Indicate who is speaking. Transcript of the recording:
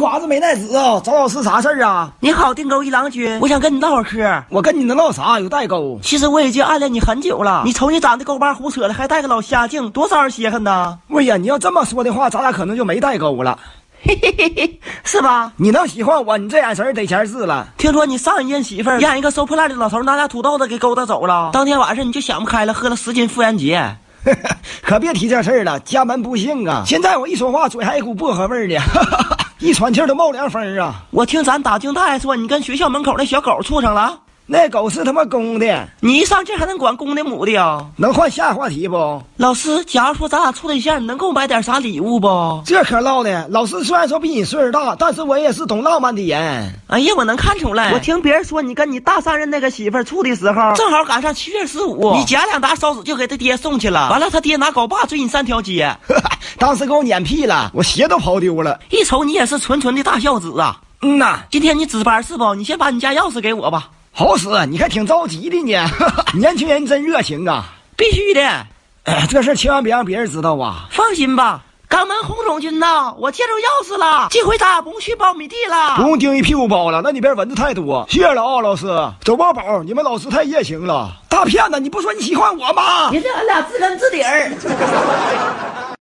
Speaker 1: 垮子美奈子啊，找我是啥事儿啊？
Speaker 2: 你好，定钩一郎君，我想跟你唠会儿嗑。
Speaker 1: 我跟你能唠啥？有代沟。
Speaker 2: 其实我已经暗恋你很久了，你瞅你长得勾巴胡扯的，还戴个老瞎镜，多招人稀罕呐！
Speaker 1: 喂呀，你要这么说的话，咱俩可能就没代沟了。
Speaker 2: 嘿嘿嘿嘿，是吧？
Speaker 1: 你能喜欢我，你这眼神儿得钱是了。
Speaker 2: 听说你上一任媳妇儿让一个收破烂的老头拿俩土豆子给勾搭走了，当天晚上你就想不开了，喝了十斤妇炎洁。
Speaker 1: 可别提这事儿了，家门不幸啊！现在我一说话，嘴还一股薄荷味儿呢， 一喘气儿都冒凉风儿啊！
Speaker 2: 我听咱打听大爷说，你跟学校门口那小狗处上了，
Speaker 1: 那狗是他妈公的，
Speaker 2: 你一上劲儿还能管公的母的呀？
Speaker 1: 能换下话题不？
Speaker 2: 老师，假如说咱俩处对象，你能给我买点啥礼物不？
Speaker 1: 这可唠的。老师虽然说比你岁数大，但是我也是懂浪漫的人。
Speaker 2: 哎呀，我能看出来，我听别人说你跟你大三任那个媳妇儿处的时候，正好赶上七月十五，你夹两打烧纸就给他爹送去了，完了他爹拿镐把追你三条街，
Speaker 1: 当时给我撵屁了，我鞋都刨丢了。
Speaker 2: 一瞅你也是纯纯的大孝子啊！
Speaker 1: 嗯呐、
Speaker 2: 今天你值班是不？你先把你家钥匙给我吧，
Speaker 1: 好使，你还挺着急的呢。年轻人真热情啊！
Speaker 2: 必须的，
Speaker 1: 这事儿千万别让别人知道啊！
Speaker 2: 放心吧。港门红总军呐，我借着钥匙了，这回咱俩不用去苞米地了。
Speaker 1: 不用盯一屁股包了，那里边蚊子太多。谢了啊，老师。走吧，宝，你们老师太热情了。大骗子，你不说你喜欢我吗？
Speaker 2: 你这俺俩自根自底儿。